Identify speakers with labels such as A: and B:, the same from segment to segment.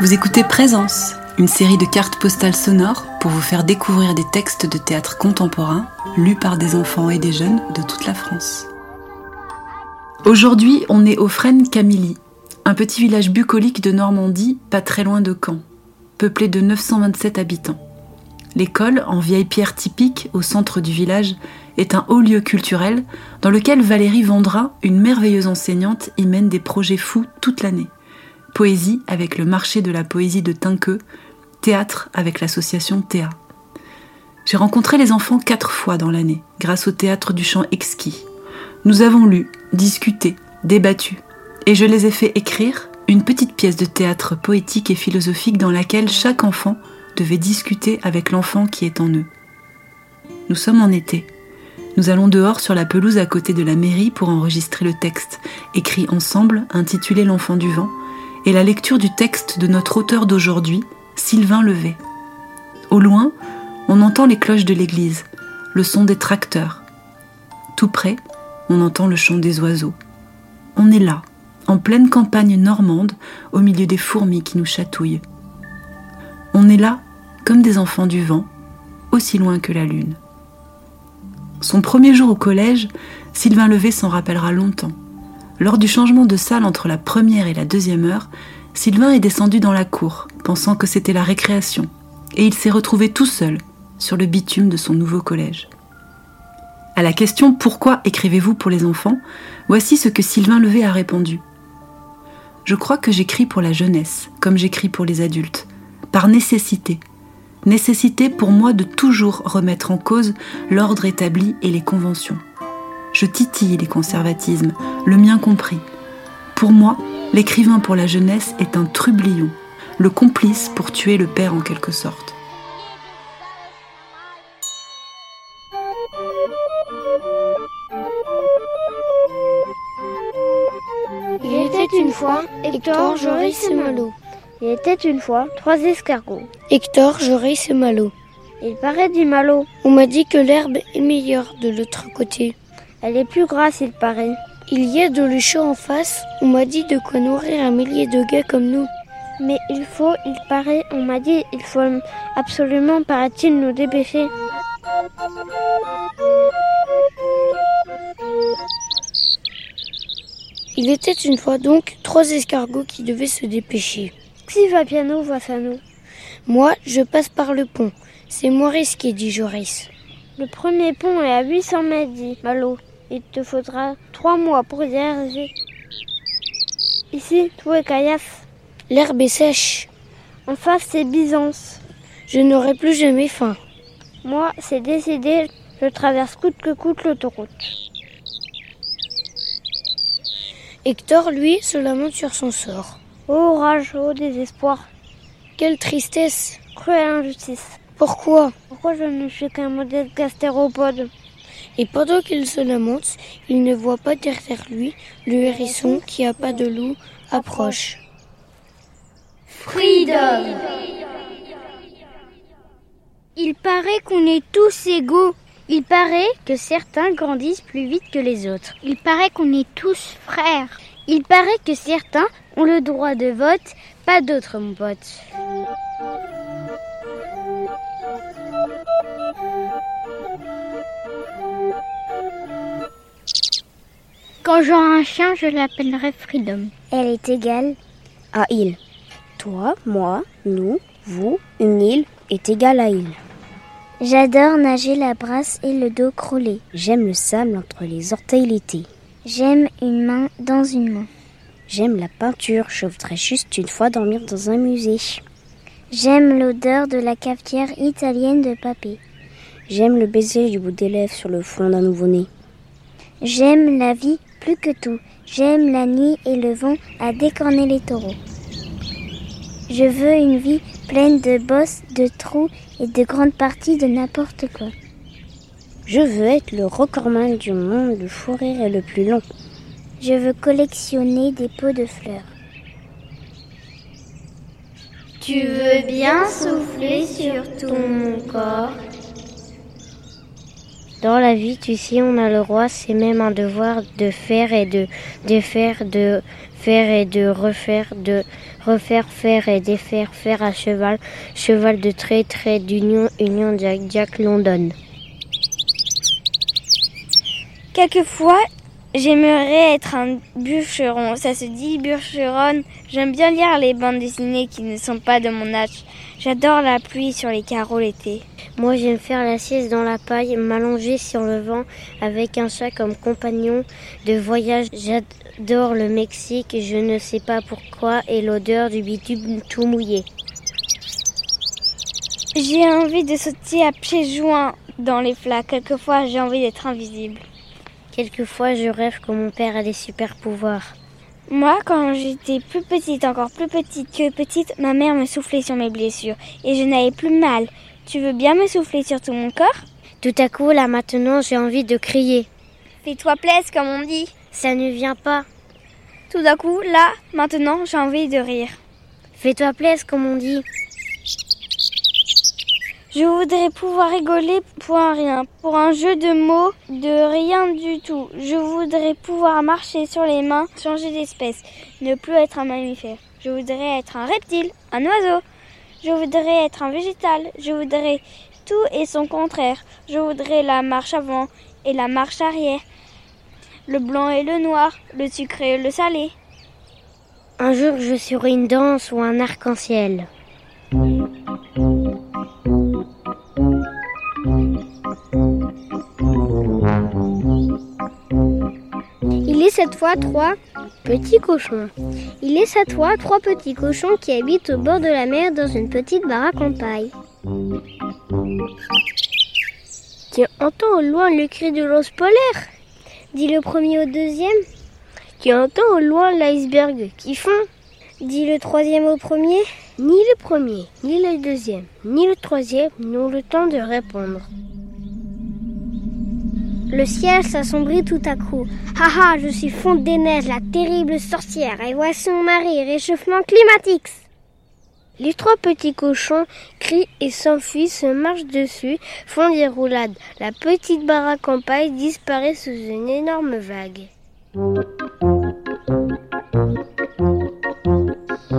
A: Vous écoutez Présence, une série de cartes postales sonores pour vous faire découvrir des textes de théâtre contemporain lus par des enfants et des jeunes de toute la France. Aujourd'hui, on est au Fresne Camilly, un petit village bucolique de Normandie, pas très loin de Caen, peuplé de 927 habitants. L'école, en vieille pierre typique, au centre du village, est un haut lieu culturel dans lequel Valérie Vendra, une merveilleuse enseignante, y mène des projets fous toute l'année. Poésie avec le marché de la poésie de Tinqueux, théâtre avec l'association Théa. J'ai rencontré les enfants quatre fois dans l'année, grâce au théâtre du chant exquis. Nous avons lu, discuté, débattu, et je les ai fait écrire une petite pièce de théâtre poétique et philosophique dans laquelle chaque enfant devait discuter avec l'enfant qui est en eux. Nous sommes en été. Nous allons dehors sur la pelouse à côté de la mairie pour enregistrer le texte, écrit ensemble, intitulé L'enfant du vent, et la lecture du texte de notre auteur d'aujourd'hui, Sylvain Levet. Au loin, on entend les cloches de l'église, le son des tracteurs. Tout près, on entend le chant des oiseaux. On est là, en pleine campagne normande, au milieu des fourmis qui nous chatouillent. On est là, comme des enfants du vent, aussi loin que la lune. Son premier jour au collège, Sylvain Levé s'en rappellera longtemps. Lors du changement de salle entre la première et la deuxième heure, Sylvain est descendu dans la cour, pensant que c'était la récréation, et il s'est retrouvé tout seul sur le bitume de son nouveau collège. À la question Pourquoi écrivez-vous pour les enfants voici ce que Sylvain Levé a répondu. Je crois que j'écris pour la jeunesse, comme j'écris pour les adultes par nécessité. Nécessité pour moi de toujours remettre en cause l'ordre établi et les conventions. Je titille les conservatismes, le mien compris. Pour moi, l'écrivain pour la jeunesse est un trublion, le complice pour tuer le père en quelque sorte.
B: Il était une fois Hector, Joris et Malo.
C: Il était une fois trois escargots.
B: Hector, Joris et Malo.
C: Il paraît, dit Malo.
B: On m'a dit que l'herbe est meilleure de l'autre côté.
C: Elle est plus grasse, il paraît.
B: Il y a de l'échant en face. On m'a dit de quoi nourrir un millier de gars comme nous.
C: Mais il faut, il paraît, on m'a dit, il faut absolument, paraît-il, nous dépêcher.
B: Il était une fois donc trois escargots qui devaient se dépêcher.
C: Si va piano, va nous.
B: Moi, je passe par le pont. C'est moins risqué, dit Joris.
C: Le premier pont est à 800 mètres, dit Malo. Il te faudra trois mois pour y arriver. Ici, tout est caillasse.
B: L'herbe est sèche.
C: En face, c'est Byzance.
B: Je n'aurai plus jamais faim.
C: Moi, c'est décidé, je traverse coûte que coûte l'autoroute.
B: Hector, lui, se lamente sur son sort.
C: Oh rage, oh désespoir.
B: Quelle tristesse,
C: cruelle injustice.
B: Pourquoi
C: Pourquoi je ne suis qu'un modeste gastéropode
B: Et pendant qu'il se lamente, il ne voit pas derrière lui le hérisson qui à pas de loup approche.
D: Freedom
C: Il paraît qu'on est tous égaux.
D: Il paraît que certains grandissent plus vite que les autres. Il paraît qu'on est tous frères. Il paraît que certains ont le droit de vote, pas d'autres, mon pote.
E: Quand j'aurai un chien, je l'appellerai Freedom.
D: Elle est égale
F: à il. Toi, moi, nous, vous, une île est égale à il.
G: J'adore nager la brasse et le dos crawlé.
F: J'aime le sable entre les orteils l'été.
G: J'aime une main dans une main.
F: J'aime la peinture, je voudrais juste une fois dormir dans un musée.
G: J'aime l'odeur de la cafetière italienne de papé.
F: J'aime le baiser du bout des lèvres sur le front d'un nouveau-né.
G: J'aime la vie plus que tout. J'aime la nuit et le vent à décorner les taureaux. Je veux une vie pleine de bosses, de trous et de grandes parties de n'importe quoi.
F: Je veux être le recordman du monde, le fou rire est le plus long.
G: Je veux collectionner des pots de fleurs.
H: Tu veux bien souffler sur tout mon corps
I: Dans la vie, tu sais, on a le droit, c'est même un devoir de faire et de défaire, de faire et de refaire, de refaire, faire et défaire, faire à cheval, cheval de trait, trait d'union, union, Jack, Jack London.
J: Quelquefois, j'aimerais être un bûcheron. Ça se dit bûcheronne. J'aime bien lire les bandes dessinées qui ne sont pas de mon âge. J'adore la pluie sur les carreaux l'été.
K: Moi, j'aime faire la sieste dans la paille, m'allonger sur le vent avec un chat comme compagnon de voyage. J'adore le Mexique, je ne sais pas pourquoi, et l'odeur du bitume tout mouillé.
J: J'ai envie de sauter à pieds joints dans les flaques. Quelquefois, j'ai envie d'être invisible.
K: Quelquefois, je rêve que mon père a des super pouvoirs.
J: Moi, quand j'étais plus petite, encore plus petite que petite, ma mère me soufflait sur mes blessures et je n'avais plus mal. Tu veux bien me souffler sur tout mon corps
K: Tout à coup, là maintenant, j'ai envie de crier.
J: Fais-toi plaisir, comme on dit.
K: Ça ne vient pas.
J: Tout d'un coup, là, maintenant, j'ai envie de rire.
K: Fais-toi plaisir, comme on dit.
J: Je voudrais pouvoir rigoler pour un rien, pour un jeu de mots, de rien du tout. Je voudrais pouvoir marcher sur les mains, changer d'espèce, ne plus être un mammifère. Je voudrais être un reptile, un oiseau. Je voudrais être un végétal. Je voudrais tout et son contraire. Je voudrais la marche avant et la marche arrière. Le blanc et le noir, le sucré et le salé.
K: Un jour, je serai une danse ou un arc-en-ciel.
G: Il est cette fois trois petits cochons. Il est cette fois trois petits cochons qui habitent au bord de la mer dans une petite baraque en paille.
C: Tu entends au loin le cri de l'ours polaire
G: dit le premier au deuxième.
C: Tu entends au loin l'iceberg qui fond
G: dit le troisième au premier.
C: Ni le premier, ni le deuxième, ni le troisième n'ont le temps de répondre.
G: Le ciel s'assombrit tout à coup. Haha, je suis fonte des neiges, la terrible sorcière, et voici mon mari, réchauffement climatique.
C: Les trois petits cochons crient et s'enfuient, se marchent dessus, font des roulades. La petite baraque en paille disparaît sous une énorme vague.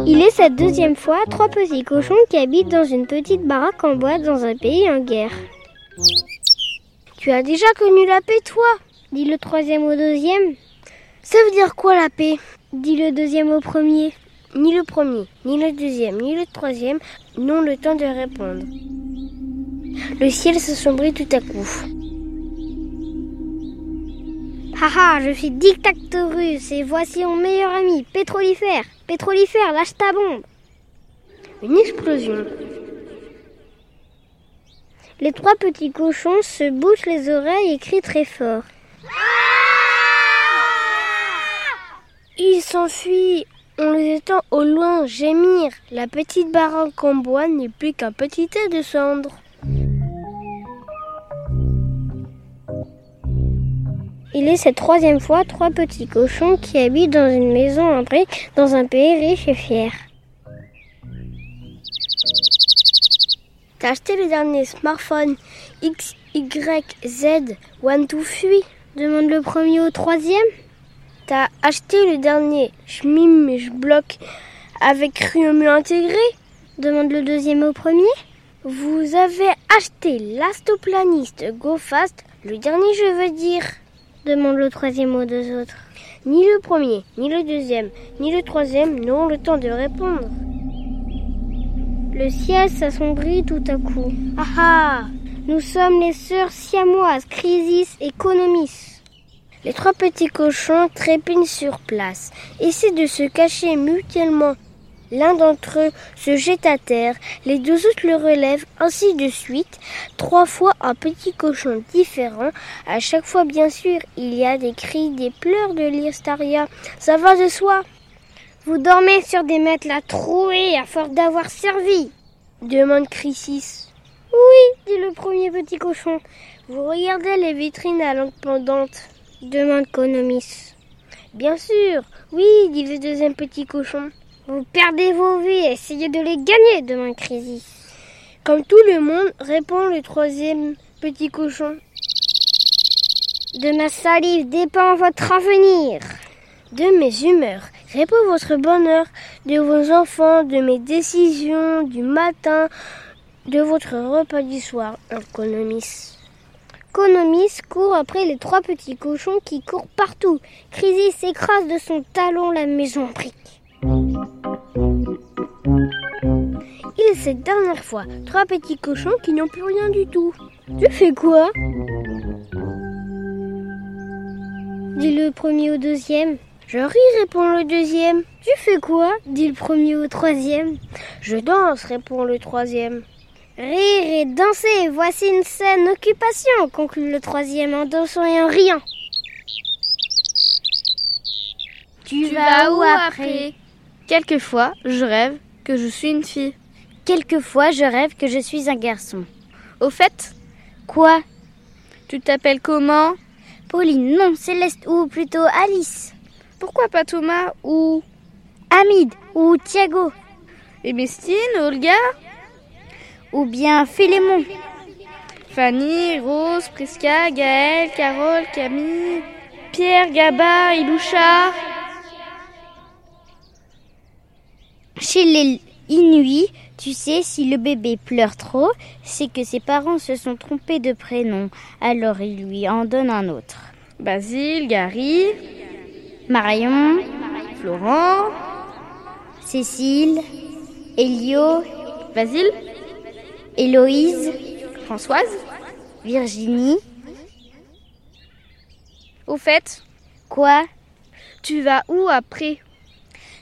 G: Il est sa deuxième fois, trois petits cochons qui habitent dans une petite baraque en bois dans un pays en guerre.
C: Tu as déjà connu la paix, toi
G: dit le troisième au deuxième.
C: Ça veut dire quoi la paix
G: dit le deuxième au premier.
C: Ni le premier, ni le deuxième, ni le troisième n'ont le temps de répondre. Le ciel s'assombrit tout à coup. Ah
G: Haha, je suis dictateur russe et voici mon meilleur ami, pétrolifère. Pétrolifère, lâche ta bombe.
C: Une explosion.
G: Les trois petits cochons se bouchent les oreilles et crient très fort.
C: Ils s'enfuient. On les entend au loin gémir. La petite baraque en bois n'est plus qu'un petit tas de cendres.
G: Il est cette troisième fois trois petits cochons qui habitent dans une maison en briques dans un pays riche et fier.
C: T'as acheté le dernier smartphone X, Y, Z, One, Two, Three
G: demande le premier au troisième.
C: T'as acheté le dernier J'mime et bloque avec Riomio intégré
G: demande le deuxième au premier.
C: Vous avez acheté l'astoplaniste Go Fast, le dernier je veux dire
G: demande le troisième aux deux autres.
C: Ni le premier, ni le deuxième, ni le troisième n'ont le temps de répondre.
G: Le ciel s'assombrit tout à coup.
C: Ah ah
G: Nous sommes les sœurs siamoises, Crisis et Konomis.
C: Les trois petits cochons trépignent sur place, essaient de se cacher mutuellement. L'un d'entre eux se jette à terre, les deux autres le relèvent, ainsi de suite. Trois fois un petit cochon différent. À chaque fois, bien sûr, il y a des cris, des pleurs de l'Irstaria. Ça va de soi.
G: Vous dormez sur des matelas troués à force d'avoir servi
C: demande Crisis.
G: Oui, dit le premier petit cochon.
C: Vous regardez les vitrines à langue pendante
G: demande Konomis.
C: Bien sûr, oui, dit le deuxième petit cochon.
G: Vous perdez vos vies, essayez de les gagner, demande Crisis.
C: Comme tout le monde, répond le troisième petit cochon.
G: De ma salive dépend votre avenir.
L: De mes humeurs répond votre bonheur, de vos enfants, de mes décisions du matin, de votre repas du soir, économiste.
G: Conomis court après les trois petits cochons qui courent partout. Crisis s'écrase de son talon la maison brique.
L: Il est cette dernière fois trois petits cochons qui n'ont plus rien du tout. Tu fais quoi
G: Dit le premier au deuxième.
L: Je ris, répond le deuxième.
G: Tu fais quoi dit le premier au troisième.
L: Je danse, répond le troisième.
G: Rire et danser, voici une saine occupation, conclut le troisième en dansant et en riant.
M: Tu, tu vas où après
B: Quelquefois, je rêve que je suis une fille.
N: Quelquefois, je rêve que je suis un garçon.
B: Au fait
N: Quoi
B: Tu t'appelles comment
N: Pauline, non, Céleste ou plutôt Alice.
B: Pourquoi pas Thomas ou
N: Hamid ou Thiago
B: Et Mestine, Olga
N: ou bien Philémon.
B: Fanny, Rose, Prisca, Gaëlle, Carole, Camille, Pierre, Gaba, Iloucha.
N: Chez les Inuits, tu sais, si le bébé pleure trop, c'est que ses parents se sont trompés de prénom. Alors ils lui en donnent un autre.
B: Basile, Gary,
N: Marion,
B: Florent,
N: Cécile, Elio,
B: Basile.
N: Héloïse,
B: Françoise,
N: Virginie.
B: Au fait,
N: quoi
B: Tu vas où après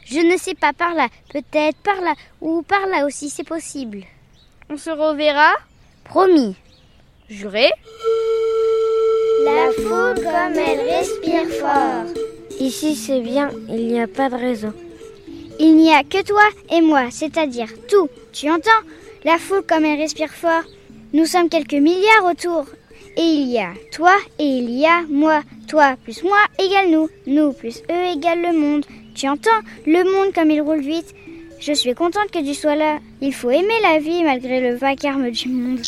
N: Je ne sais pas, par là, peut-être par là, ou par là aussi, c'est possible.
B: On se reverra
N: Promis.
B: Juré
O: La foule comme elle respire fort.
C: Ici c'est bien, il n'y a pas de réseau.
G: Il n'y a que toi et moi, c'est-à-dire tout. Tu entends la foule comme elle respire fort. Nous sommes quelques milliards autour. Et il y a toi et il y a moi. Toi plus moi égale nous. Nous plus eux égale le monde. Tu entends Le monde comme il roule vite. Je suis contente que tu sois là. Il faut aimer la vie malgré le vacarme du monde.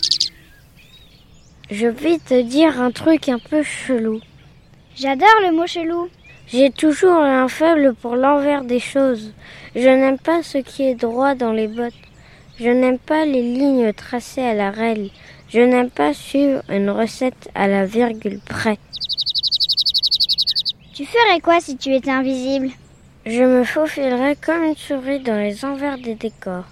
C: Je vais te dire un truc un peu chelou.
G: J'adore le mot chelou.
C: J'ai toujours un faible pour l'envers des choses. Je n'aime pas ce qui est droit dans les bottes. Je n'aime pas les lignes tracées à la règle. Je n'aime pas suivre une recette à la virgule près.
G: Tu ferais quoi si tu étais invisible
C: Je me faufilerais comme une souris dans les envers des décors.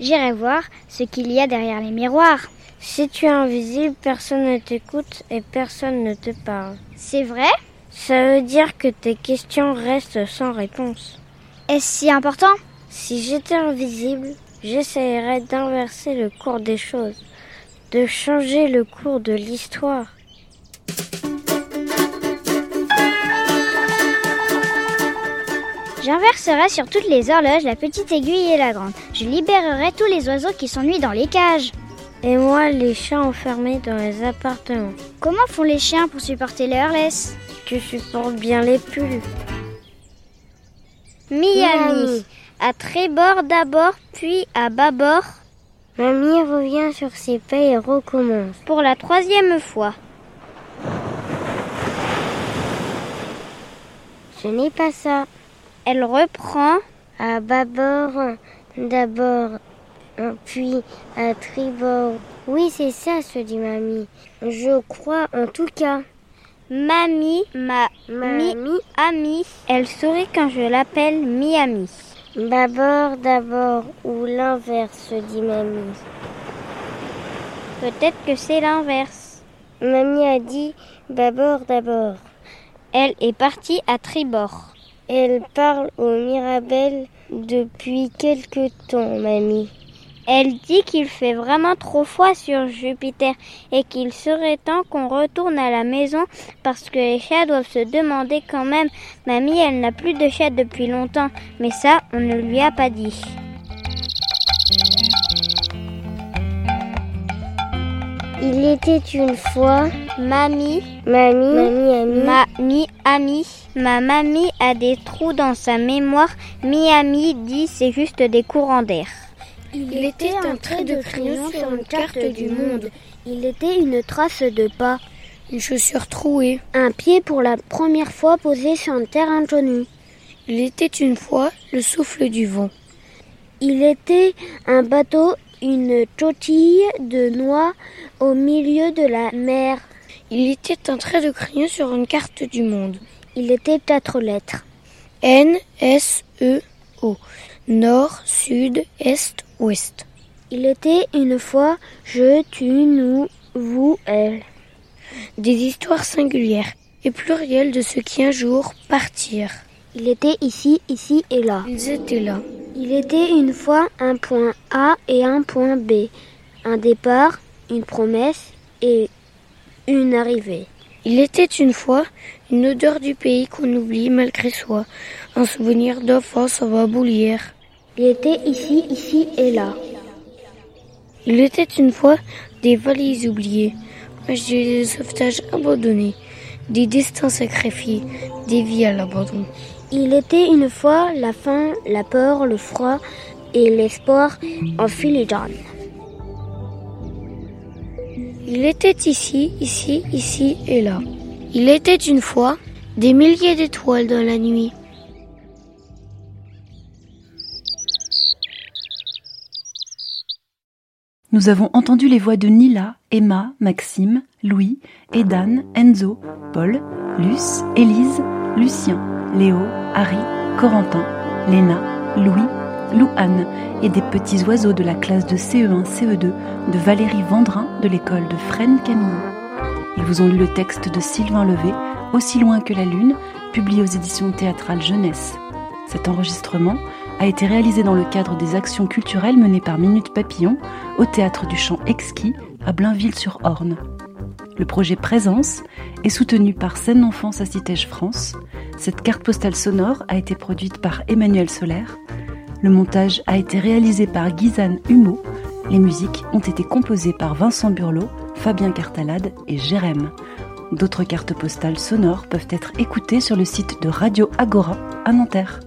G: J'irai voir ce qu'il y a derrière les miroirs.
C: Si tu es invisible, personne ne t'écoute et personne ne te parle.
G: C'est vrai
C: Ça veut dire que tes questions restent sans réponse.
G: Est-ce si important
C: Si j'étais invisible, j'essayerai d'inverser le cours des choses, de changer le cours de l'histoire.
G: J'inverserai sur toutes les horloges la petite aiguille et la grande. Je libérerai tous les oiseaux qui s'ennuient dans les cages.
C: Et moi, les chiens enfermés dans les appartements.
G: Comment font les chiens pour supporter leur laisse
C: Que supportent bien les pulls.
G: Miami à trébord d'abord, puis à bâbord.
C: Mamie revient sur ses pas et recommence.
G: Pour la troisième fois.
C: Ce n'est pas ça.
G: Elle reprend.
C: À bâbord d'abord, puis à tribord. Oui, c'est ça, se dit mamie. Je crois en tout cas.
G: Mamie, ma,
C: mamie, mi,
G: ami. Elle sourit quand je l'appelle Miami.
C: D'abord, d'abord, ou l'inverse, dit Mamie.
G: Peut-être que c'est l'inverse.
C: Mamie a dit d'abord, d'abord.
G: Elle est partie à tribord.
C: Elle parle au Mirabel depuis quelque temps, Mamie.
G: Elle dit qu'il fait vraiment trop froid sur Jupiter et qu'il serait temps qu'on retourne à la maison parce que les chats doivent se demander quand même. Mamie, elle n'a plus de chat depuis longtemps, mais ça, on ne lui a pas dit.
C: Il était une fois
G: mamie,
C: mamie,
G: mamie, amie. mamie, amie. Ma mamie a des trous dans sa mémoire. Miami dit c'est juste des courants d'air.
O: Il était un trait de crayon sur une carte du monde.
P: Il était une trace de pas.
B: Une chaussure trouée.
C: Un pied pour la première fois posé sur une terre inconnue.
B: Il était une fois le souffle du vent.
C: Il était un bateau, une tortille de noix au milieu de la mer.
B: Il était un trait de crayon sur une carte du monde.
C: Il était quatre lettres.
B: N, S, E, O. Nord, sud, est, ouest.
C: Il était une fois je, tu, nous, vous, elle.
B: Des histoires singulières et plurielles de ce qui un jour partir.
C: Il était ici, ici et là.
B: Ils étaient là.
C: Il était une fois un point A et un point B, un départ, une promesse et une arrivée.
B: Il était une fois une odeur du pays qu'on oublie malgré soi, un souvenir d'enfance en baboulière.
C: Il était ici, ici et là.
B: Il était une fois des valises oubliées, des sauvetages abandonnés, des destins sacrifiés, des vies à l'abandon.
C: Il était une fois la faim, la peur, le froid et l'espoir en filigrane.
B: Il était ici, ici, ici et là. Il était une fois des milliers d'étoiles dans la nuit.
A: Nous avons entendu les voix de Nila, Emma, Maxime, Louis, Edan, Enzo, Paul, Luce, Élise, Lucien, Léo, Harry, Corentin, Léna, Louis, Louane et des petits oiseaux de la classe de E CE1-CE2 de Valérie Vendrin de l'école de Fresnes Camille. Ils vous ont lu le texte de Sylvain Levé, Aussi loin que la lune, publié aux éditions théâtrales Jeunesse. Cet enregistrement a été réalisé dans le cadre des actions culturelles menées par Minute Papillon au théâtre du Champ Exquis à Blainville-sur-Orne. Le projet Présence est soutenu par Scène Enfance à Citège France. Cette carte postale sonore a été produite par Emmanuel Solaire. Le montage a été réalisé par Guizane Humeau. Les musiques ont été composées par Vincent Burlot, Fabien Cartalade et Jérém. D'autres cartes postales sonores peuvent être écoutées sur le site de Radio Agora à Nanterre.